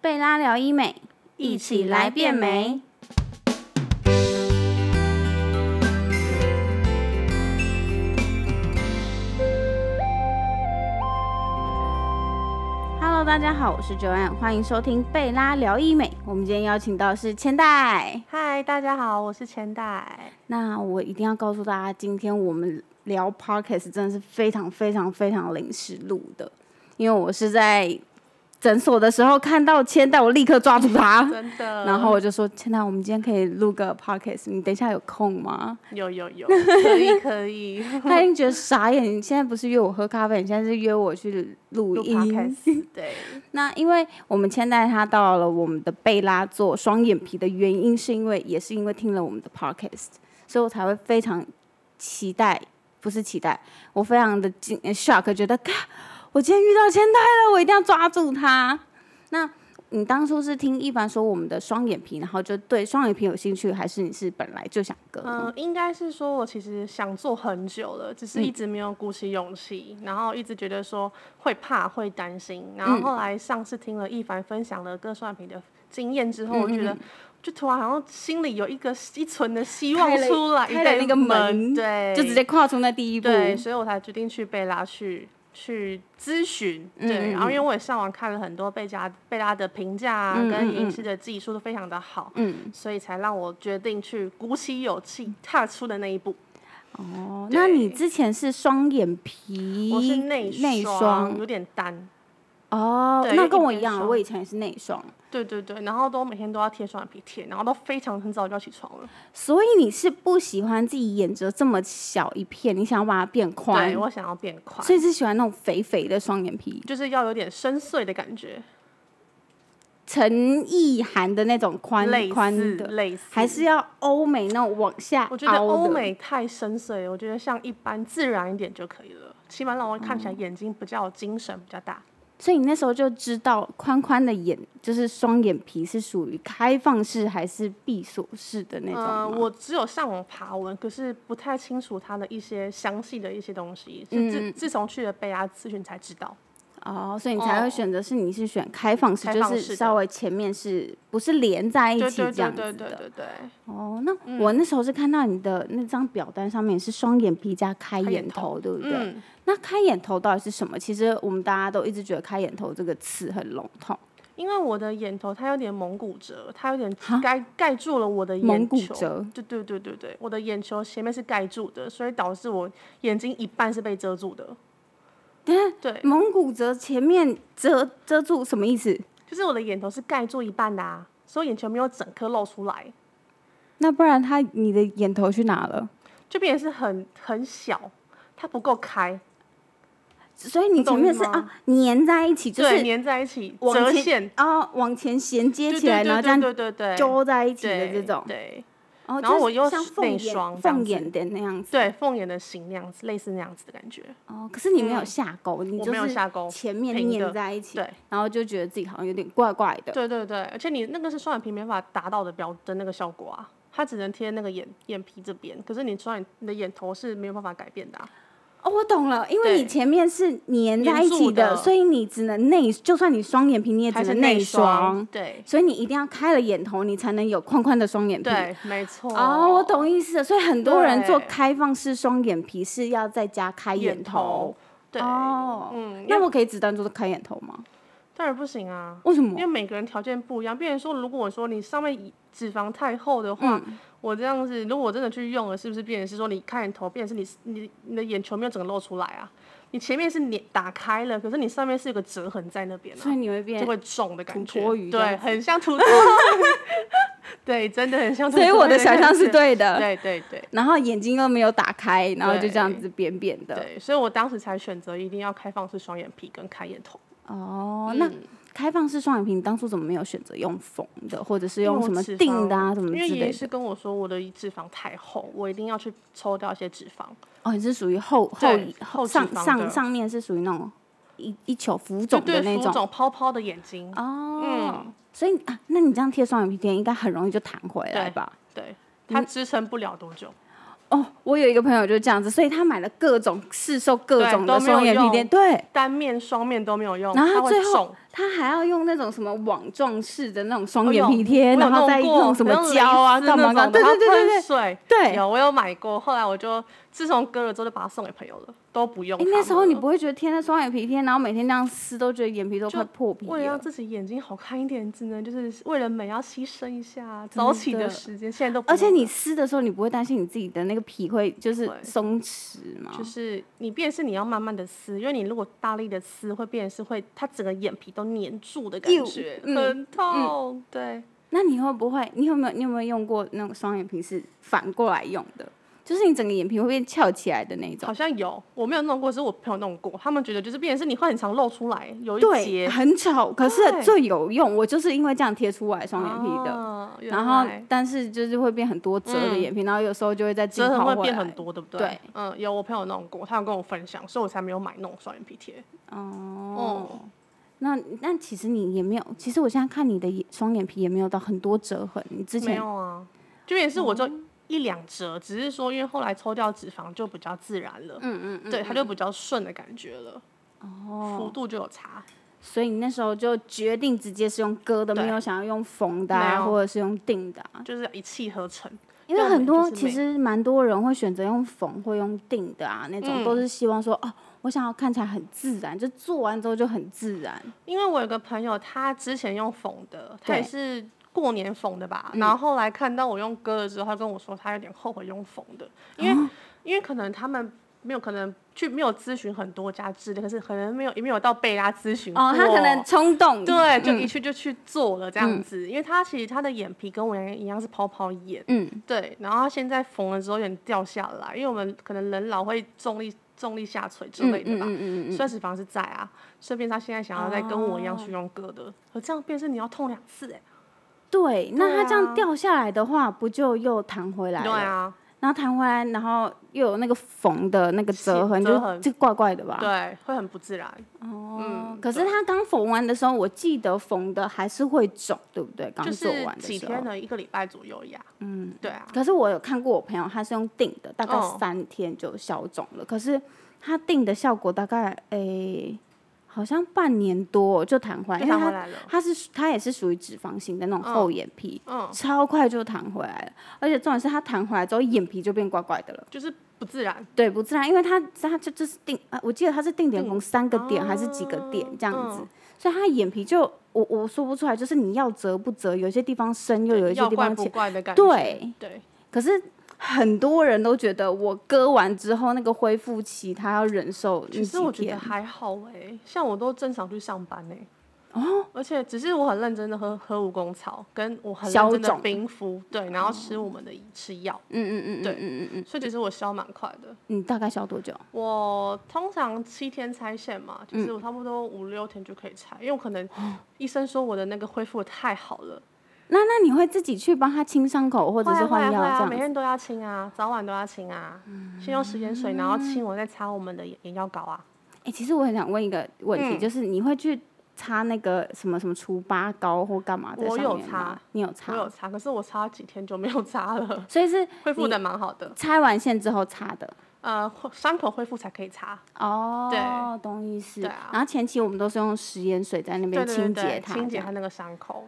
贝拉聊医美，一起来变美。Hello，大家好，我是 Joanne，欢迎收听贝拉聊医美。我们今天邀请到的是千代。嗨，大家好，我是千代。那我一定要告诉大家，今天我们聊 podcast 真的是非常非常非常临时录的，因为我是在诊所的时候看到千代，我立刻抓住他，真的，然后我就说：“千代，我们今天可以录个 podcast，你等一下有空吗有有 有，可以可以，？”他一定觉得傻眼，你现在不是约我喝咖啡，你现在是约我去录录音。 podcast，对， 那因为我们千代他到了我们的贝拉做双眼皮的原因，是因为也是因为听了我们的 podcast，所以我才会非常期待，不是期待，我非常的惊呃 shock，觉得，嘎我今天遇到千代了，我一定要抓住他。那你当初是听一凡说我们的双眼皮，然后就对双眼皮有兴趣，还是你是本来就想割？嗯、应该是说我其实想做很久了，嗯只是一直没有鼓起勇气，然后一直觉得说会怕会担心，然嗯后后来上次听了一凡分享了割双眼皮的经验之嗯后，我觉得。就突然好像心里有一个一存的希望开了出来，开了一那个门门，对，就直接跨出那第一步。对，所以我才决定去贝拉去去咨询。嗯对，然后因为我也上网看了很多贝加贝拉的评价啊，嗯嗯跟嗯影视的技术都非常的好，嗯，所以才让我决定去鼓起勇气踏出的那一步。哦，那你之前是双眼皮，我是内内双，有点单。哦，对那就跟一我边一样，啊双我以前也是内双，对对对，然后都每天都要贴双眼皮贴，然后都非常很早就要起床了。所以你是不喜欢自己眼褶这么小一片，你想要把它变宽对，我想要变宽，所以是喜欢那种肥肥的双眼皮，就是要有点深邃的感觉，陈意涵的那种宽类似宽的，类似，还是要欧美那种往下我觉得凹的欧美太深邃了，我觉得像一般自然一点就可以了，起码让我看嗯起来眼睛比较有精神，比较大。所以你那时候就知道宽宽的眼就是双眼皮是属于开放式还是闭锁式的那种吗、呃，我只有上网爬文，可是不太清楚它的一些详细的一些东西，是嗯自、自从去了贝拉咨询才知道。哦，所以你才会哦选择是你是选开放式，开就放式是的稍微前面是不是连在一对起对这对样子对的？对对对，哦，那嗯我那时候是看到你的那张表单上面是双眼皮加开开眼眼头，对不对？嗯，那开眼头到底是什么？其实我们大家都一直觉得开眼头这个词很笼统，因为我的眼头它有点蒙古褶，它有点盖盖住了我的眼球。蒙古褶。对对对对对，我的眼球前面是盖住的，所以导致我眼睛一半是被遮 住的。对，蒙古褶前面遮遮住什么意思？就是我的眼头是盖住一半的、啊，所以眼球没有整颗露出来，那不然他你的眼头去哪了？就变成是很很小，它不够开，所以你你前懂面是意思吗啊粘在一起，就对，是粘在一起，往折前线啊往前衔接对起来，对然后这对样对对对，揪在一起的对这种。对哦，然后就是我又像是凤内眼双这样凤子眼的那样子。对凤眼的形那样子，类似那样子的感觉，哦，可是你没有下钩，你嗯我就没有是下钩，前面平粘的在一起，对然后就觉得自己好像有点怪怪的。对对对，而且你那个是双眼皮没办法达到的标的那个效果啊。它只能贴那个眼眼皮这边，可是你双眼你的眼头是没有办法改变的、啊，哦，我懂了，因为对你前面是粘在一粘起住的，的所以你只能内，就算你双眼皮，你也只还是能内双，对所以你一定要开了眼头，你才能有宽宽的双眼皮。对，没错。哦，我懂意思了，所以很多人做对开放式双眼皮是要再加开眼头头。，对，哦，嗯，那我可以只单做开眼头吗？当然不行啊，为什因么？为每个人条件不一样。变成说，如果我说你上面脂肪太厚的话，嗯我这样子，如果我真的去用了，是不是变成是说你看你头，变成是你你你的眼球没有整个露出来啊？你前面是你打开了，可是你上面是有个折痕在那边啊所，以你会变就会肿的感土托觉，鱼这样对，子很 像土托鱼，对，真的很像土所托鱼以感觉。我 的想象是对的。对对对然后眼睛又没有打开，然后就对这样子扁扁的。对，所以我当时才选择一定要开放式双眼皮跟开眼头。哦，那嗯开放式双眼皮，你当初怎么没有选择用缝的，或者是因为用我什么脂定的啊，肪什么因为之爷类爷的？是跟我说我的脂肪太厚，我一定要去抽掉一些脂肪。哦，你是属于后后对后脂上肪上的上面是属于那种一一球浮就肿的对那浮种。肿嗯泡泡的眼睛，哦，所以啊，那你这样贴双眼皮贴，应该很容易就弹回来对吧？对，它支撑不了多久。哦，我有一个朋友就是这样子，所以他买了各种试售各对种都的没有双眼皮用贴，对，单面、双面都没有用，然后它啊最会后肿。他还要用那种什么网状式的那种双我眼哦有皮贴，我有然后再弄过用什么我用胶啊，蕾丝干嘛那干嘛？种对对对然后对喷对水对。有我有买过，后来我就自从割了之后就把它送给朋友了，都不用哎它，们了。那时候你不会觉得贴那双眼皮贴，然后每天这样撕，都觉得眼皮都就啊快破皮为了让了。自己眼睛好看一点，只能就是为了美要牺牲一下早起的的时间，现在都不而且用你撕的时候，你不会担心你自己的那个皮会就是嗯会松弛吗？就是你变是你要慢慢的撕，因为你如果大力的撕，会变是会它整个眼皮都粘住的哟感觉，嗯很痛。对，那你会不会？你有没有？你有没有用过那种双眼皮是反过来用的？就是你整个眼皮会变翘起来的那种好。像有我没有弄过，是我朋友弄过，他们觉得就是变成是你会很常露出来，有一对， 节很丑，可是对最有用。我就是因为这样贴出来双眼皮的，啊原然后来嗯但是就是会变很多折的眼皮，然后有时候就会在镜折痕头会变很。多，对不对？对嗯，有我朋友弄过，他有跟我分享，所以我才没有买那种双眼皮贴。嗯哦，那那其实你也没有，其实我现在看你的眼双眼皮也没有到很多折痕，你之没前有啊，就也是我就哦一两折，只是说因为后来抽掉脂肪就比较自然了，嗯嗯对，它就比较顺的感觉了，哦，幅度就有差，所以你那时候就决定直接是用割的，对没有想要用缝的、没啊，有或者是用定的、啊。就是一气呵成，因为要美很多就是其美实蛮多人会选择用缝或用定的啊，那种、嗯都是希望说哦，我想要看起来很自然，就做完之后就很自然。因为我有个朋友，他之前用缝的，他也对嗯是。过年缝的吧，然后后来看到我用割了之后，他跟我说他有点后悔用缝的，因为、啊因为可能他们没有可能去没有咨询很多家之类，可是可能没有也没有到贝拉咨询哦，他可过能冲动，对，就嗯一去就去做了这样子，因为他其实他的眼皮跟我一样是泡泡眼，嗯，对，然后他现在缝了之后有点掉下来，因为我们可能人老会重力重力下垂之类的吧，嗯嗯嗯哦嗯所以脂肪是在啊，顺便他现在想要再跟我一样去用割的，可这样变是你要痛两次哎、对，那对它这样啊掉下来的话，不就又弹回来对了？啊，然后弹回来，然后又有那个缝的那个折痕，折就痕就怪怪的吧？。对，会很不自然，哦嗯，可是对它刚缝完的时候，我记得缝的还是会肿，对不对？刚就做是完的几时候天。的一个礼拜左右呀，嗯，对啊，可是我有看过我朋友，他是用定的，大概哦三天就消肿了。可是他定的效果大概诶、好像半年多就弹回来，就因为弹回他来了，他是他也是属于脂肪型的那种厚眼皮，嗯，超快就弹回来了。而且重点是他弹回来之后，眼皮就变怪怪的了。就是不自然，对，不自然，因为他他就就是定啊，我记得他是定点缝三个啊点、还是几个点这样嗯子，所以他眼皮就我我说不出来，就是你要折不折，有些地方深，又有一些要地怪方不浅。怪的感觉，对对，可是很多人都觉得我割完之后那个恢复期，他要忍受那其实我几觉天。得还好哎、像我都正常去上班呢、哦，而且只是我很认真的喝喝蜈蚣草，跟我很认真消的肿哦冰敷，对，然后吃我们的吃药，嗯嗯嗯对嗯嗯嗯所以其实我消蛮快的。嗯，你大概消多久？我通常七天拆线嘛，嗯就是我差不多五六天就可以拆，因为我可 能医生说我的那个恢复得太好了，那那你会自己去帮他清伤口，或者会是啊会换啊药会啊，这每样？嗯天都要清啊，早晚都要清啊，先用食盐水，然后清完再擦我们的眼眼药膏啊。哎，其实我很想问一个问嗯题，就是你会去擦那个什么什么除疤膏或干嘛在我上有面擦吗？你有我擦有，擦，可是我擦了几天就没有擦了，所以是 恢复你的蛮好的。拆完线之后擦的。呃，恢伤口恢复才可以擦，哦，对，懂意思。对啊然后前期我们都是用食盐水在那对边对清对洁对它，清这洁它样哦那个伤口。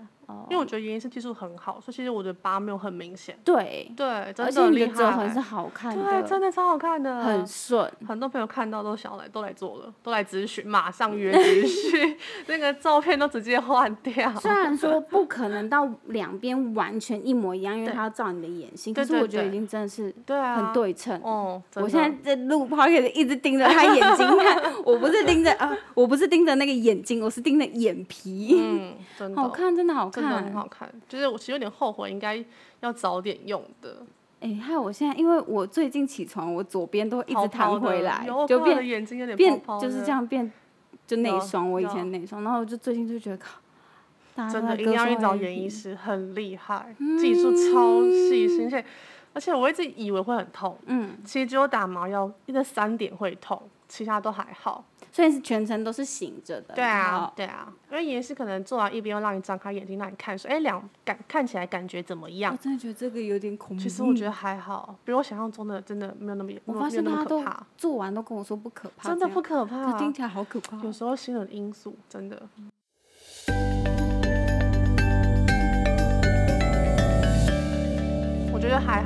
因为我觉得原因是技术很好，所以其实我的疤没有很明显。对，对，而真的且很你厉的折痕害是。好看对，的，真的超好看的，很顺。很多朋友看到都想来，都来做了，都来咨询，马上约咨询， 那个照片都直接换掉。虽然说不可能到两边完全一模一样，因为对它要照你的眼型，对可是对我觉得对已经真的是对啊，很，对称。哦、真我的现在在录 p o c k e t 一直盯着他眼睛 看，我不是盯着啊，我不是盯着那个眼睛，我是盯着眼皮，嗯，真的好，看，真的好真的很看。好看。就是我其实有点后悔，应该要早点用的，哎，还有我现在，因为我最近起床，我左边都一直泡泡弹的回来有我，就看我变的眼睛有点变泡泡就是的这样变，就内有双，我以有前内双，然后我就最近就觉得靠，大家真都的在一割定要去双找眼眼皮医师，很厉害，嗯技术超细心，而且而且我一直以为会很痛，嗯，其实只有打麻药那三点会痛，其他都还好。所以是全程都是醒着的。哦对然啊后，对啊，因为眼医师可能做完一边又让你张开眼睛让你看，说哎两感看起来感觉怎么样我？真的觉得这个有点恐怖。其实我觉得还好，比我想象中的真的没有那么严，我没有发没有现那大么家可都怕，做完都跟我说不可怕这真样，的不可可怕。听起来好可怕哦。有时候心理因素真的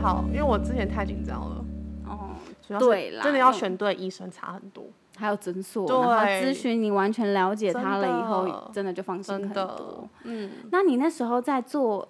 好，因为我之前太紧张了，哦，主要是对啦真的那要选对医生差很多，还有诊所，对然后咨询你完全了解他了以真后的，真的就放心真很的嗯多。，嗯那你那时候在做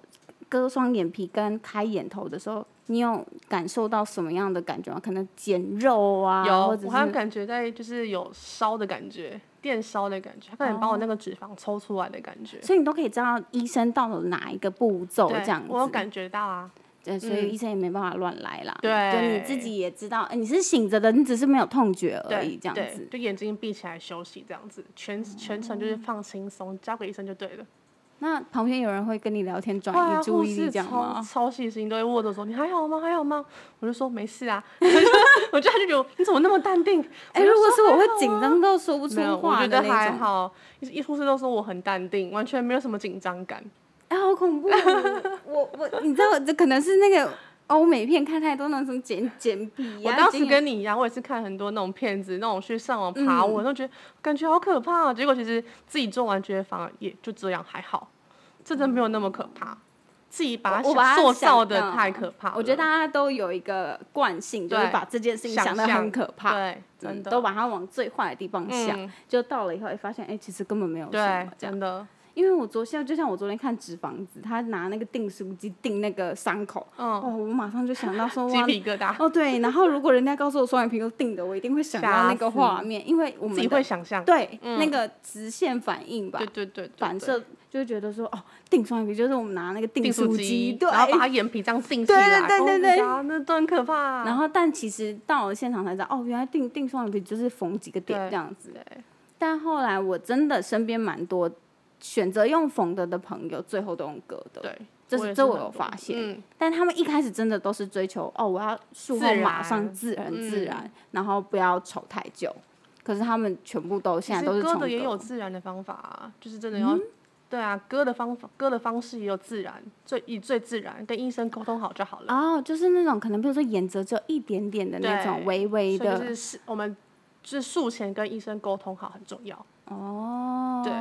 割双眼皮跟开眼头的时候，你有感受到什么样的感觉吗？可能减肉啊，有，或者我还有是感觉在就是有烧的感觉，电烧的感觉，他可能把我那个脂肪抽出来的感觉。所以你都可以知道医生到了哪一个步骤对哦这样子。我有感觉到啊，对，所以医生也没办法乱来啦。对就你自己也知道，哎、你是醒着的，你只是没有痛觉而已，对，这样对子。哦就眼睛闭起来休息这样子，全全程就是放轻松，交给医生就对了。那旁边有人会跟你聊天，对转移啊注护意力士这样超吗？超细心，都会握着说你还好吗？还好吗？我就说没事啊， 我就他就觉得你怎么那么淡定？哎、我就如果说是我还会好紧啊张到说不出没有，我话觉的得那还种。好，医医护士都说我很淡定，完全没有什么紧张感。哎、好恐怖哦！ 我我，你知道，这可能是那个欧美片看太多那种剪剪笔我呀、当剪时眼跟你一样，我也是看很多那种片子，那种去上网爬嗯文，都觉得感觉好可怕、哦。结果其实自己做完，觉得反而也就这样，还好，真的没有那么可怕。自己把它我我想把它塑想造的到太可怕了。我觉得大家都有一个惯性，就是对把这件事情想想得象很可怕，对，嗯真的、都把它往最坏的地方想，嗯就到了以后，哎，发现哎、其实根本没有什对么，这样。真的，因为我昨天就像我昨天看《纸房子》，他拿那个订书机订那个伤口，嗯，哦，我马上就想到 说鸡哇。皮疙瘩，哦对，然后如果人家告诉我双眼皮都定的，我一定会想到那吓个死画面，因为我们自己的会想象。对、那个直线反应吧对，对对对，反对射就会觉得说哦，定双眼皮就是我们拿那个订订书机，机，对，然后把它眼皮这样订起对来，对对 Oh my 对 God，那都很可怕、然后，但其实到了现场才知道，哦，原来定定双眼皮就是缝几个点对这样子。对但后来我真的身边蛮多选择用缝的的朋友，最后都用割的。对，这我是也这我很有多发现嗯，但他们一开始真的都是追求哦，我要术自后马然上自然嗯自然，然后不要丑太久。可是他们全部都其现在实都是割从嗯的也有自然的方法、啊，就是真的要、对啊，割的方法割的方式也有自然，最以最自然跟医生沟通好就好了。哦，就是那种可能比如说眼褶只有一点点的那种对微微所以就的是是我们就是术前跟医生沟通好很重要。哦。对，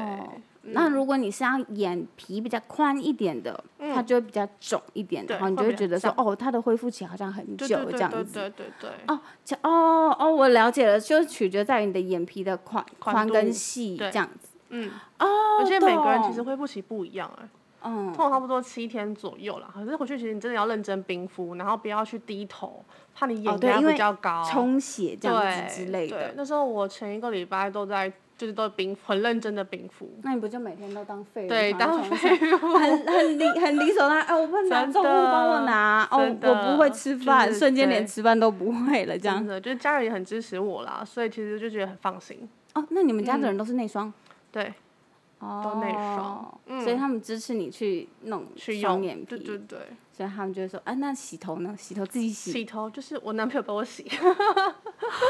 嗯那如果你是要眼皮比较宽一点的，它就会比较肿一点，嗯对然后你会就会比较觉得说，胀哦，它的恢复期好像很对久对对这样对子。对对对，哦，这哦哦，我了解了，就是取决在于你的眼皮的宽宽宽度跟细对这样子。嗯，而且每个人其实哦懂恢复期不一样哎、嗯，痛差不多七天左右啦。可是回去其实你真的要认真冰敷，然后不要去低头，怕你哦眼对压因为比较高。充血这样子对之类对的。那时候我前一个礼拜都在，就是都冰很认真的冰敷。那你不就每天都当废物？对，当废废物。物， 很很理很理所当然。哎，我不能拿真重物帮我的拿，哦，真我不的会吃就饭，是瞬间连对吃饭都不会了这样真。的，就是家人也很支持我啦，所以其实就觉得很放心。哦，那你们家的人都是内双？对，哦，嗯都内双嗯所以他们支持你去弄去双用眼对对皮，对，所以他们就会说，啊，那洗头呢？洗头自己洗。洗头就是我男朋友帮我洗，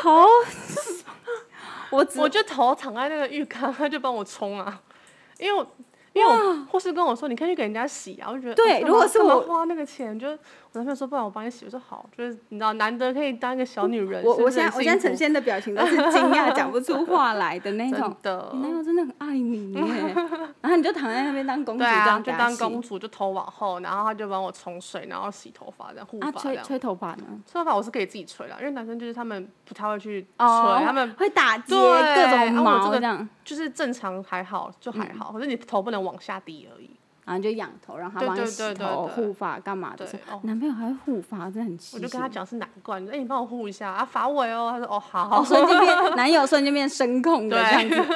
好，我只我就头躺在那个浴缸，他就帮我冲啊，因为我。因为我护士跟我说，你可以去给人家洗啊，我就觉得对哦干嘛如果是干嘛我花那个钱，就我男朋友说，不然我帮你洗，我说好，就是你知道，难得可以当一个小女人，我是不我是现在很我现在幸呈福现的表情都是惊讶讲不出话来的那种 真。的你，男友真的很爱你 耶，然后你就躺在那边当公主对这啊，样就给他当洗公主，就头往后，然后他就帮我冲水，然后洗头发，这样护啊，发这吹样。吹头发呢？吹头发我是可以自己吹啦，因为男生就是他们不太会去吹，哦，他们会打结对各种啊我毛这个这样，就是正常还好，就还嗯好，可是你头不能往下低而已。然后你就仰头，让他对帮你对洗对对头、对护发干嘛的对。哦男朋友还会护发，真的很细我心。就跟他讲是哪一罐，哎、你帮我护一下啊，发尾哦。他说哦，好哦，好，瞬间 变男友瞬间变声控的这样对子，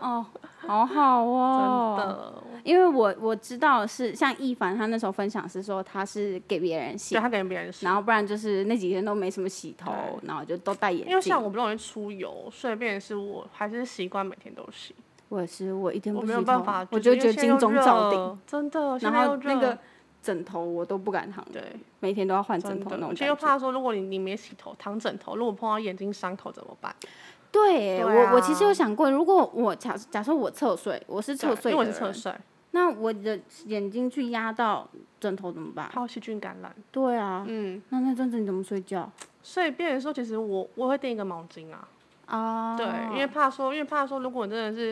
哦，好好真哦。的，因为我我知道是像一凡他那时候分享是说他是给别人洗对，他给别人洗。然后不然就是那几天都没什么洗头，然后就都戴眼镜。因为像我不容易出油，所以变成是我还是习惯每天都洗，我也是我一天我不没洗有头，办法，我就就是觉得金因为现在又钟热罩顶，，真的，现然在又后热那个枕头我都不敢躺，对，每天都要换枕真头的，那种而且感又觉。怕说如果你你没洗头躺枕头，如果碰到眼睛伤口怎么办？对，对我我啊其实有想过，如果我假假设我侧睡，我是侧对啊睡因的为我是侧人，啊睡，那我的眼睛去压到枕头怎么办？怕有细菌感染。对啊，嗯，那那阵子你怎么睡觉所以变成说，其实我我会订一个毛巾啊，啊？对，因为怕说，因为怕说，如果真的是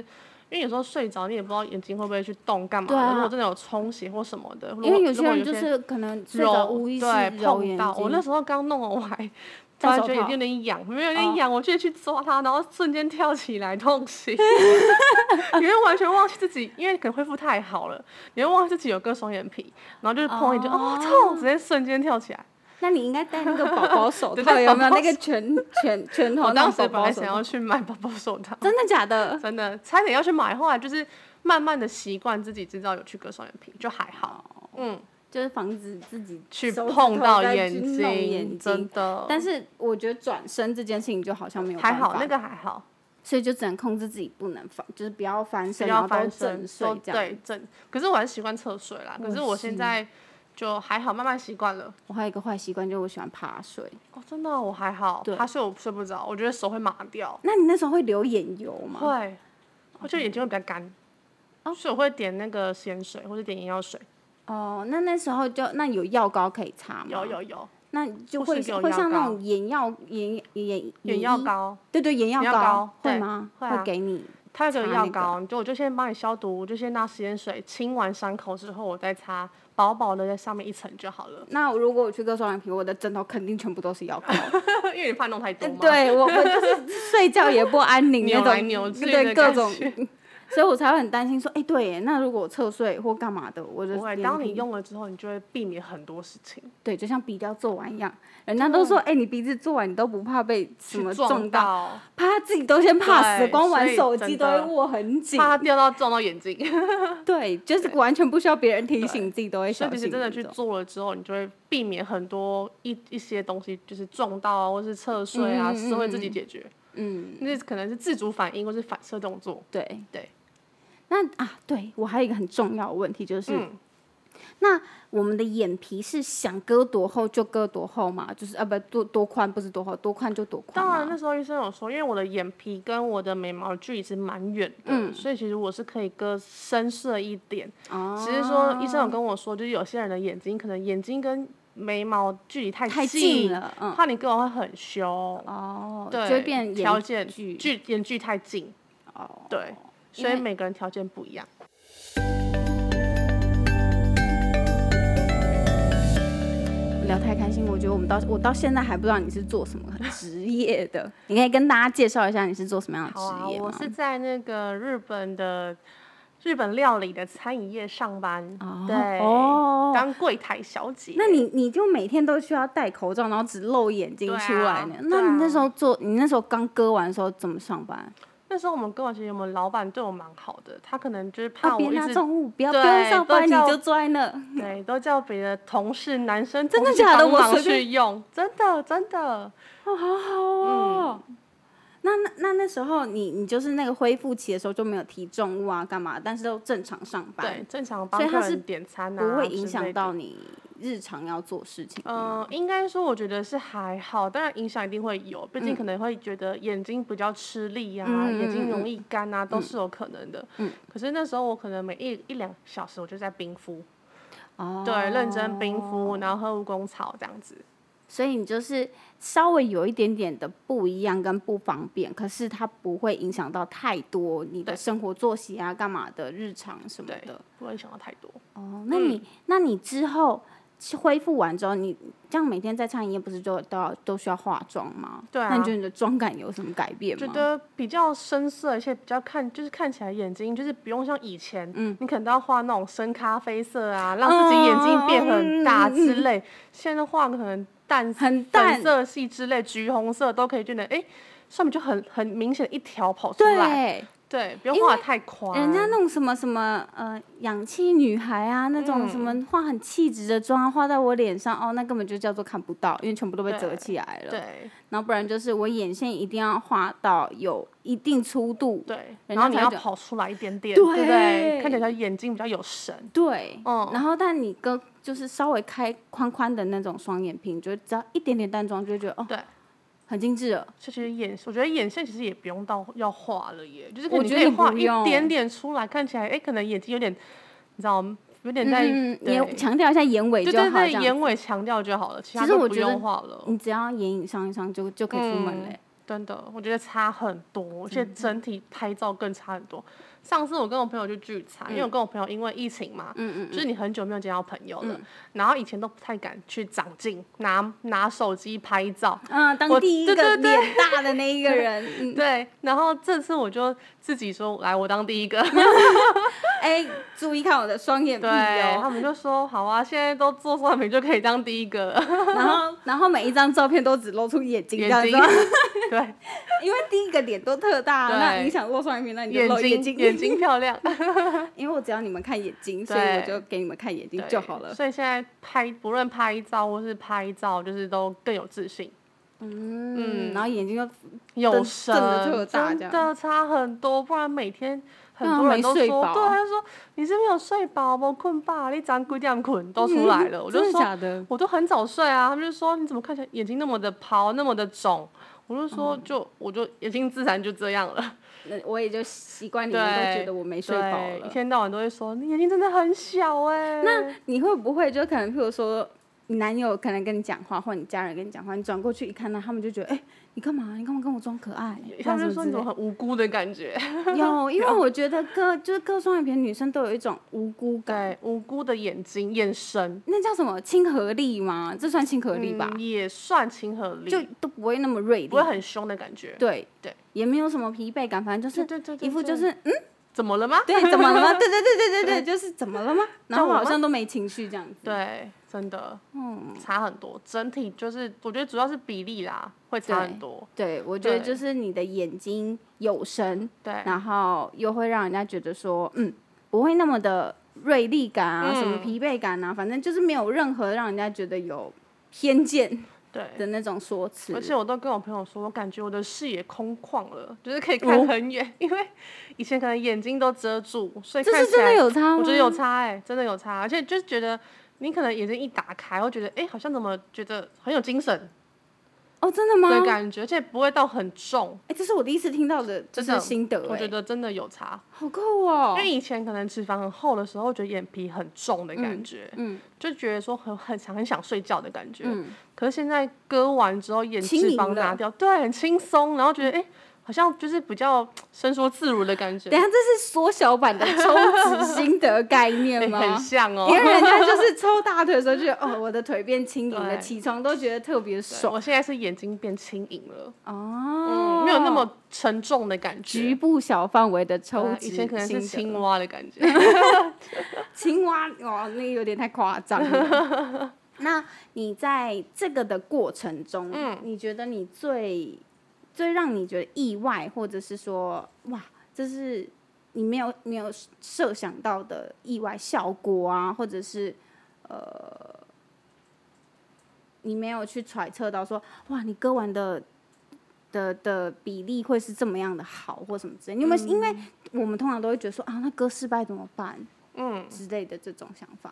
因为有时候睡着你也不知道眼睛会不会去动干嘛对的。啊如果真的有冲洗或什么的，如果因为有如些果人有就是可能睡着揉无意识对揉碰眼到，我那睛，时候刚弄完，我还突戴然手觉得眼套睛有点痒，没有有哦点痒，我就去抓它，然后瞬间跳起来痛醒， 你会完全忘记自己，因为可能恢复太好了，你会忘记自己有个双眼皮，然后就是碰一下就哦痛，直接瞬间跳起来。那你应该戴那个宝宝手 对套，戴有没有宝宝那个拳拳拳头我那当种时宝本宝来手想要套？去买宝宝手套，真的假的？真的差点要去买，后来就是慢慢的习惯自己知道有去割双眼皮，就还好。嗯，就是防止自己去哦手指碰头到再眼去睛，弄眼真睛。的。但是我觉得转身这件事情就好像没有还办好，法那个还好，所以就只能控制自己不能翻，就是不要翻比身，然较后都翻身正睡都这样。对正。可是我还是习惯侧睡啦，可我是我现是在就还好，慢慢习惯了。我还有一个坏习惯，就是我喜欢趴睡。哦，真的哦、我还好对，趴睡我睡不着，我觉得手会麻掉，那你那时候会流眼油吗？会，我觉得眼睛会比较干。哦所以我会点那个咸水或者点眼药水，哦，那那时候就那有药膏可以擦吗？有，有有，那就或会是有会药像那膏种眼药眼眼眼医药，膏，对对，眼药眼药膏会会吗？会啊给你它有擦个那药个膏，你就我就先帮你消毒，我就先拿食盐水清完伤口之后，我再擦薄薄的在上面一层就好了，那如果我去割双眼皮，我的枕头肯定全部都是药膏。 因为你怕弄太多嘛。对我，我就是睡觉也不安 宁那扭来种，扭去对的各感种觉，所以我才会很担心说，哎、对耶，那如果我侧睡或干嘛的，我的不会，眼当你皮用了之后，你就会避免很多事情，对，就像鼻雕做完一样，人家都说，哎、你鼻子做完你都不怕被什去么撞撞到，到，怕自己都先怕死，对光玩所以手真机都的会握很紧，怕它掉到撞到眼睛。对，就是完全不需要别人提醒，自己都会所以小其心实真的那去种。做了之后，你就会避免很多一一些东西，就是撞到啊，或是侧睡啊，嗯嗯是会自己解决。嗯，那可能是自主反应或是反射动作。对对。那啊，对我还有一个很重要的问题就是，嗯那我们的眼皮是想割多厚就割多厚吗？就是啊，不多多宽不是多厚，多宽就多宽当吗。然，那时候医生有说，因为我的眼皮跟我的眉毛距离是蛮远的，嗯所以其实我是可以割深邃一点。哦只是说医生有跟我说，就是有些人的眼睛可能眼睛跟眉毛距离太太近近，了，嗯，怕你割完会很凶。哦，对，就会变条眼件距距眼距太近，哦。对，因所以为每个人条件不一样。聊太开心，我觉得我们到我到现在还不知道你是做什么职业的，你可以跟大家介绍一下你是做什么样的好啊，职业我吗？是在那个日本的日本料理的餐饮业上班，对，哦当柜台小姐。那你你就每天都需要戴口罩，然后只露眼睛对啊出来呢？对那你那啊时候做，你那时候刚割完的时候怎么上班？那时候我们跟我其实我们老板对我蛮好的，他可能就是啊，怕我别一拿直、重 物，不要不对用上都班，你叫就坐在那。对都叫别的同事男生真的同事假的帮我忙随便去用，真的真的。哦，那那那那时候你你就是那个恢复期的时候就没有提重物啊，干嘛？但是都正常上班，对，正常帮所以客它是人点餐啊，不会影响到。你日常要做事情的吗。嗯、呃，应该说我觉得是还好，当然影响一定会有，毕竟可能会觉得眼睛比较吃力啊，嗯嗯嗯眼睛嗯容易干啊，都是有可能的。嗯可是那时候我可能每一一两小时我就在冰敷，哦，对，认真冰敷，然后喝蜈蚣草这样子。所以你就是稍微有一点点的不一样跟不方便，可是它不会影响到太多你的对生活作息啊、干嘛的日常什么对的。，不会想到太多。哦，那你、嗯那你之后恢复完之后，你这样每天在餐饮业不是就都要都需要化妆吗？对啊那你觉得你的妆感有什么改变觉吗？得比较深色，而且比较看，就是看起来眼睛就是不用像以前，嗯你可能都要画那种深咖啡哦色啊，让自己眼睛变很大之类。现在画可能淡嗯很淡淡，色系之类，橘红色都可以，觉得哎，上面就很很明显一条跑出来，对，对，不用画得太夸。人家弄什么什么呃氧气女孩啊，那种什嗯么画很气质的妆啊画在我脸上，哦，那根本就叫做看不到，因为全部都被遮对起来了。对然后不然就是我眼线一定要画到有一定粗度。对，人然后家你才要觉得跑出来一点点，对对不对？看起来眼睛比较有神。对，嗯然后但你跟就是稍微开宽宽的那种双眼皮，你就只要一点点淡妆，就会觉得哦，对，很精致了。其实眼，我觉得眼线其实也不用到要画了耶，就是可我能你觉可得以不画一用点点出来，看起来哎、诶可能眼睛有点，你知道吗？有点在、嗯，对也强调一下眼尾对就好，对这对，样眼尾强调就好了，其其他实都我不觉得用画了。你只要眼影上一上就就可以出门嗯嘞。真的，我觉得差很多，而且整体拍照更差很多。上次我跟我朋友去聚餐，因为我跟我朋友因为疫情嘛，嗯嗯嗯嗯就是你很久没有见到朋友了，然后以前都不太敢去长镜拿拿手机拍照，嗯，当我第一对个对对脸大的那一个 人，嗯，对，然后这次我就自己说来我当第一个，哎，注意看我的双眼皮对哦。他们就说好啊，现在都做算品就可以当第一个了，然 后，然后每一张照片都只露出眼睛，这样眼子睛， 对，因为第一个脸都特大，啊对那你想露双眼皮，那你就眼露眼睛眼睛 漂亮，因为我只要你们看眼睛，所以对我就给你们看眼睛对就好了。所以现在拍不论拍照或是拍照，就是都更有自信。嗯，然后眼睛就有瞪神，瞪得特大真这样的差很多，不然每天很对啊多人没都睡说，饱对，他就说你是没有睡饱，没困吧？你长几点困都出来了，我就嗯真的说假的？我都很早睡啊，他们就说你怎么看起来眼睛那么的泡，那么的肿。我就嗯说，就我就眼睛自然就这样了。那我也就习惯你们都对，觉得我没睡饱对一了。天到晚都会说你眼睛真的很小哎、那你会不会就可能，譬如说，你男友可能跟你讲话，或你家人跟你讲话，你转过去一看到他们就觉得，哎、你干嘛？你干嘛跟我装可爱？他们就说说你怎么很无辜的感觉， 有，因为我觉得割就是割双眼皮的女生都有一种无辜感，对，无辜的眼睛、眼神，那叫什么亲和力吗？这算亲和力吧？嗯也算亲和力，就都不会那么锐利，不会很凶的感觉。对对，也没有什么疲惫感，反正就对是对对对一副就对是 嗯，怎么了吗？对，怎么了吗？对对对对对对，就是怎么了吗？然后我好吗像都没情绪这样子。 对，真的，嗯，差很多。整体就是，我觉得主要是比例啦，会差很多。对，我觉得对就是你的眼睛有神，对，然后又会让人家觉得说，嗯，不会那么的锐利感啊，什么嗯疲惫感啊，反正就是没有任何让人家觉得有偏见对。的那种说辞而。且我都跟我朋友说，我感觉我的视野空旷了，就是可以哦看很远，因为以前可能眼睛都遮住，所以这看是起真来的有差吗？我觉得有差哎、真的有差，而且就是觉得你可能眼睛一打开，会觉得哎、好像怎么觉得很有精神哦，真的吗？的感觉，而且不会到很重，哎，这是我第一次听到的，就真是的心得我觉哎，得真的有差。好酷哦因！为以前可能脂肪很厚的时候，觉得眼皮很重的感觉，嗯就觉得说很很想很想睡觉的感觉。嗯，可是现在割完之后，眼轻脂盈肪拿了掉，对，很轻松，然后觉得哎、诶好像就是比较伸缩自如的感觉，等一下这是缩小版的抽脂心 得概念诶吗？很像哦因。为人家就是抽大腿的时候，就觉得哦，我的腿变轻盈了，对起床都觉得特别对爽我现在是眼睛变轻盈了，哦、嗯，没有那么沉重的感局觉。部小范围的抽对啊脂以心得。前可能是青蛙的 感觉，青蛙哦，那个有点太夸张了。那你在这个的过程中，你觉得你最最让你觉得意外，或者是说哇，这是你没有没有设想到的意外效果啊，或者是呃，你没有去揣测到说哇，你割完的。的的比例会是这么样的好，或什么之类，你有没有？因为我们通常都会觉得说啊，那割失败怎么办？之类的这种想法。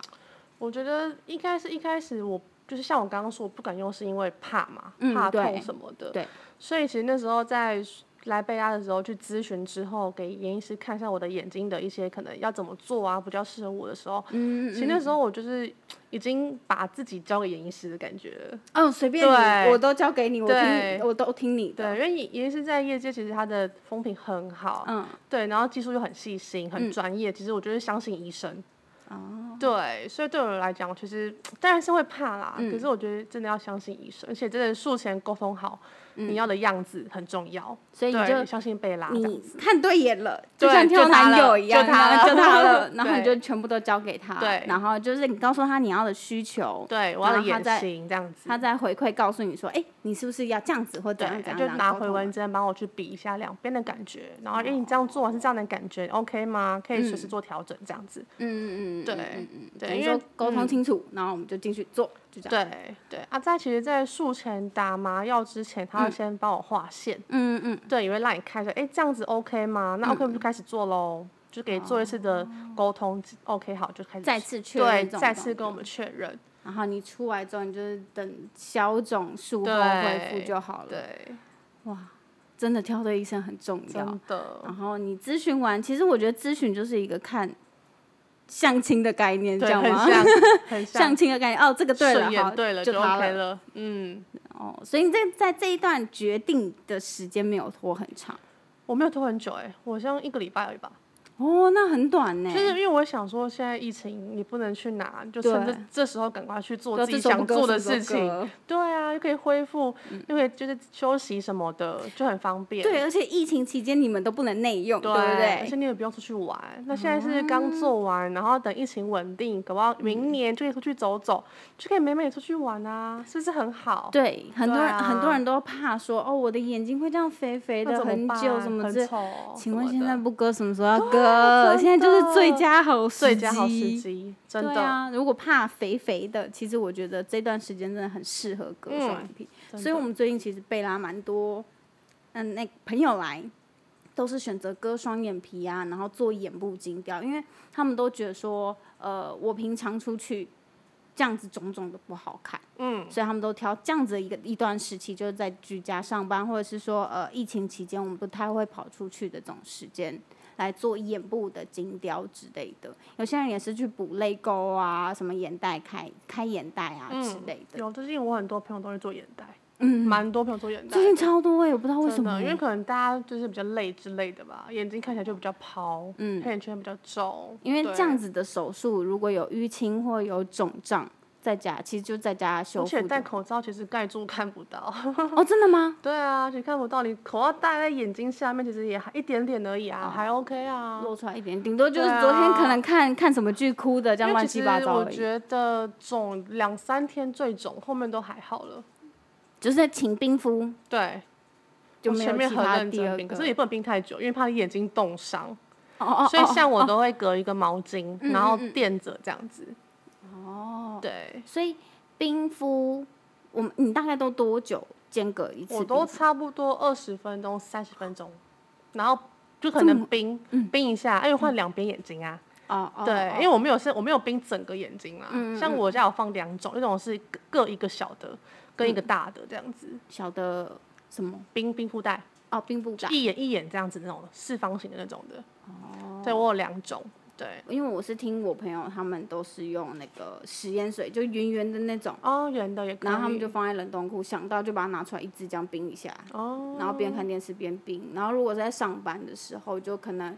我觉得应该是一开始我就是像我刚刚说，我不敢用是因为怕嘛，嗯怕对痛什么的。对所以其实那时候在来贝拉的时候去咨询之后，给严医师看一下我的眼睛的一些可能要怎么做啊，比较适合我的时候，嗯，其实那时候我就是已经把自己交给严医师的感觉了。哦，随便你，对我都交给你，我听对你，我都听你对，的。因为严严医师在业界其实他的风评很好，嗯，对，然后技术又很细心、很专业。其实我就是相信医生。哦。对，所以对我来讲，我其实当然是会怕啦。可嗯是我觉得真的要相信医生，而且真的术前沟通好，你要的样子很重要。嗯所以你对就相信贝拉这样你子。看对眼了，对就像挑男友一样，就他了然后就他了，对然后你就全部都交给他，对然后就是你告诉他你要的需求，对，我要的然后他眼再型这样子。他再回馈告诉你说，哎，你是不是要这样子或怎样对怎，样，就然后拿沟回通哦纹针帮我去比一下两边的感觉，然后哎、你这样做完是这样的感觉，OK 吗？可以随时做调整这样子。嗯嗯嗯嗯，对嗯嗯嗯，对等于因为说沟通清楚，然后我们就进去做，就这样，对对，啊，在其实，在术前打麻药之前，他会先帮我画线，嗯嗯对，也会让你看一下，哎，这样子 OK 吗？那 OK 我们就开始做喽，就给做一次的沟通、o k 好就开嗯，始哦再次确对认这种再次状跟我况们确认，然后你出来之后，你就是等消肿术后恢对复就好了。对，哇，真的挑对医生很重要真。的，然后你咨询完，其实我觉得咨询就是一个看相亲的概念，这对，样 很吗？像，很像相，亲的概念，哦，这个对了，顺好，眼对了就就他 OK 了，嗯，哦，所以你这在这一段决定的时间没有拖很长。我没有拖很久哎、我像一个礼拜而已吧。哦，那很短呢就。是因为我想说，现在疫情你不能去哪，就趁这对这时候赶快去做就自己这首想歌做的是这事首情。歌 对啊，又可以恢复，又可以就是休息什么的，就很方便。嗯对，而且疫情期间你们都不能内用，对对不而对？且你也不用出去玩。那现在是刚做完，然后等疫情稳定，搞不好嗯明年就可以出去走走，就可以美美出去玩啊，是不是很好？对，很多对人、啊很多人都怕说，哦，我的眼睛会这样肥肥那的，怎么很办久什么很之类。丑请什问么现的在不割，什么时候要割？现在就是最佳好时机。最佳好时机，真对的。啊，如果怕肥肥的，其实我觉得这段时间真的很适合割嗯双眼皮。真所以的我们最近其实贝拉蛮多，嗯，那朋友来都是选择割双眼皮啊，然后做眼部精雕，因为他们都觉得说，呃，我平常出去这样子种种的不好看，嗯，所以他们都挑这样子的一个一段时期，就是在居家上班，或者是说呃疫情期间我们不太会跑出去的这种时间。来做眼部的精雕之类的，有些人也是去补泪沟啊，什么眼袋开开眼袋啊嗯之类的。有最近我很多朋友都会做眼袋，嗯，蛮多朋友做眼袋最的。近超多，欸也不知道为什真么的，因。为可能大家就是比较累之类的吧，眼睛看起来就比较抛，嗯，黑眼圈比较重，因为这对样子的手术，如果有淤青或有肿胀，在家其实就在家啊修而且复戴的。口罩其实盖住看不到。 哦，真的吗？对啊，你看不到，你口罩戴在眼睛下面，其实也还一点点而已哦啊，还 OK 啊。露出来一点，顶多就是对啊昨天可能看、看什么剧哭的，这样啊因为乱其七实八糟我而已。觉得肿两三天最肿，后面都还好了。就是请冰敷，对，嗯就我没有前面其很他认第二真个。冰，可是也不能冰太久，因为怕你眼睛冻伤。哦哦哦，所以像我都会隔一个毛巾，嗯然后嗯嗯垫着这样子。哦，对，所以冰敷，我们你大概都多久间隔一次冰我敷？都差不多二十分钟、三十分钟，然后就可这能么嗯冰、冰一下，因为换两边眼睛啊。哦哦，对，因为为我没有是，我没有冰整个眼睛啦。啊嗯嗯像嗯我家有放两种，一种是各各一个小的，跟一嗯个大的这样子，小的什么冰冰敷袋，哦，冰布袋。一眼一眼这样子那种四方形的那种的。哦，对我有两种，对。因为我是听我朋友他们都是用那个食盐水，就圆圆的那种，哦，圆的也可以。然后他们就放在冷冻库，想到就把它拿出来一支这样冰一下，哦，然后边看电视边冰。然后如果在上班的时候，就可能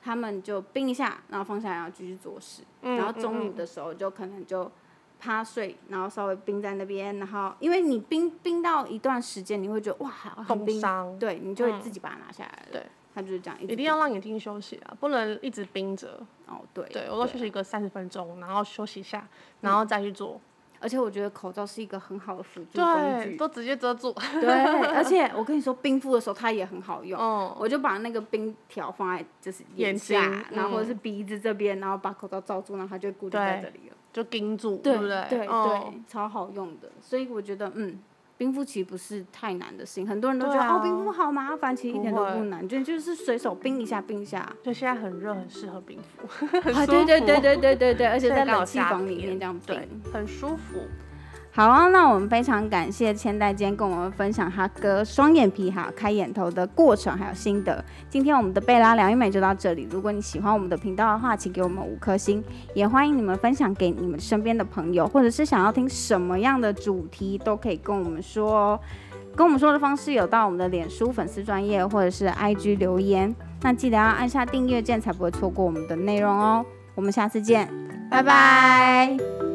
他们就冰一下，然后放下来，然后继续做事。嗯然后中午的时候就可能就趴睡，然后稍微冰在那边，然后因为你冰冰到一段时间，你会觉得哇，很冻冰，伤，嗯对你就会自己把它拿下来了。对，它就是这样一直一定要让眼睛休息啊，不能一直冰着。哦，对，嗯对，我都休息个三十分钟，然后休息一下，然后再去做。而且我觉得口罩是一个很好的辅助工对，具。都直接遮住。对，而且我跟你说，冰敷的时候它也很好用。嗯，我就把那个冰条放在就是眼下，睛然后或者嗯是鼻子这边，然后把口罩罩住，然后它就会固定在这里了。就盯住，不对对？对嗯对超好用的。所以我觉得，嗯，冰敷其实不是太难的事情，很多人都觉对得、啊哦，冰敷好麻烦，其实一不点都不会难，就就是随手冰一下，冰一下。就现在很热，很适合冰敷， 啊，对对对舒对服对 对对，而且现在刚好冷气夏房里天面这样冰对。，很舒服。好啊，那我们非常感谢千代今天跟我们分享他割双眼皮还有开眼头的过程还有心得。今天我们的贝拉聊医美就到这里。如果你喜欢我们的频道的话，请给我们五颗星，也欢迎你们分享给你们身边的朋友，或者是想要听什么样的主题都可以跟我们说哦。跟我们说的方式有到我们的脸书粉丝专业或者是 IG 留言，那记得要按下订阅键才不会错过我们的内容哦。我们下次见，拜拜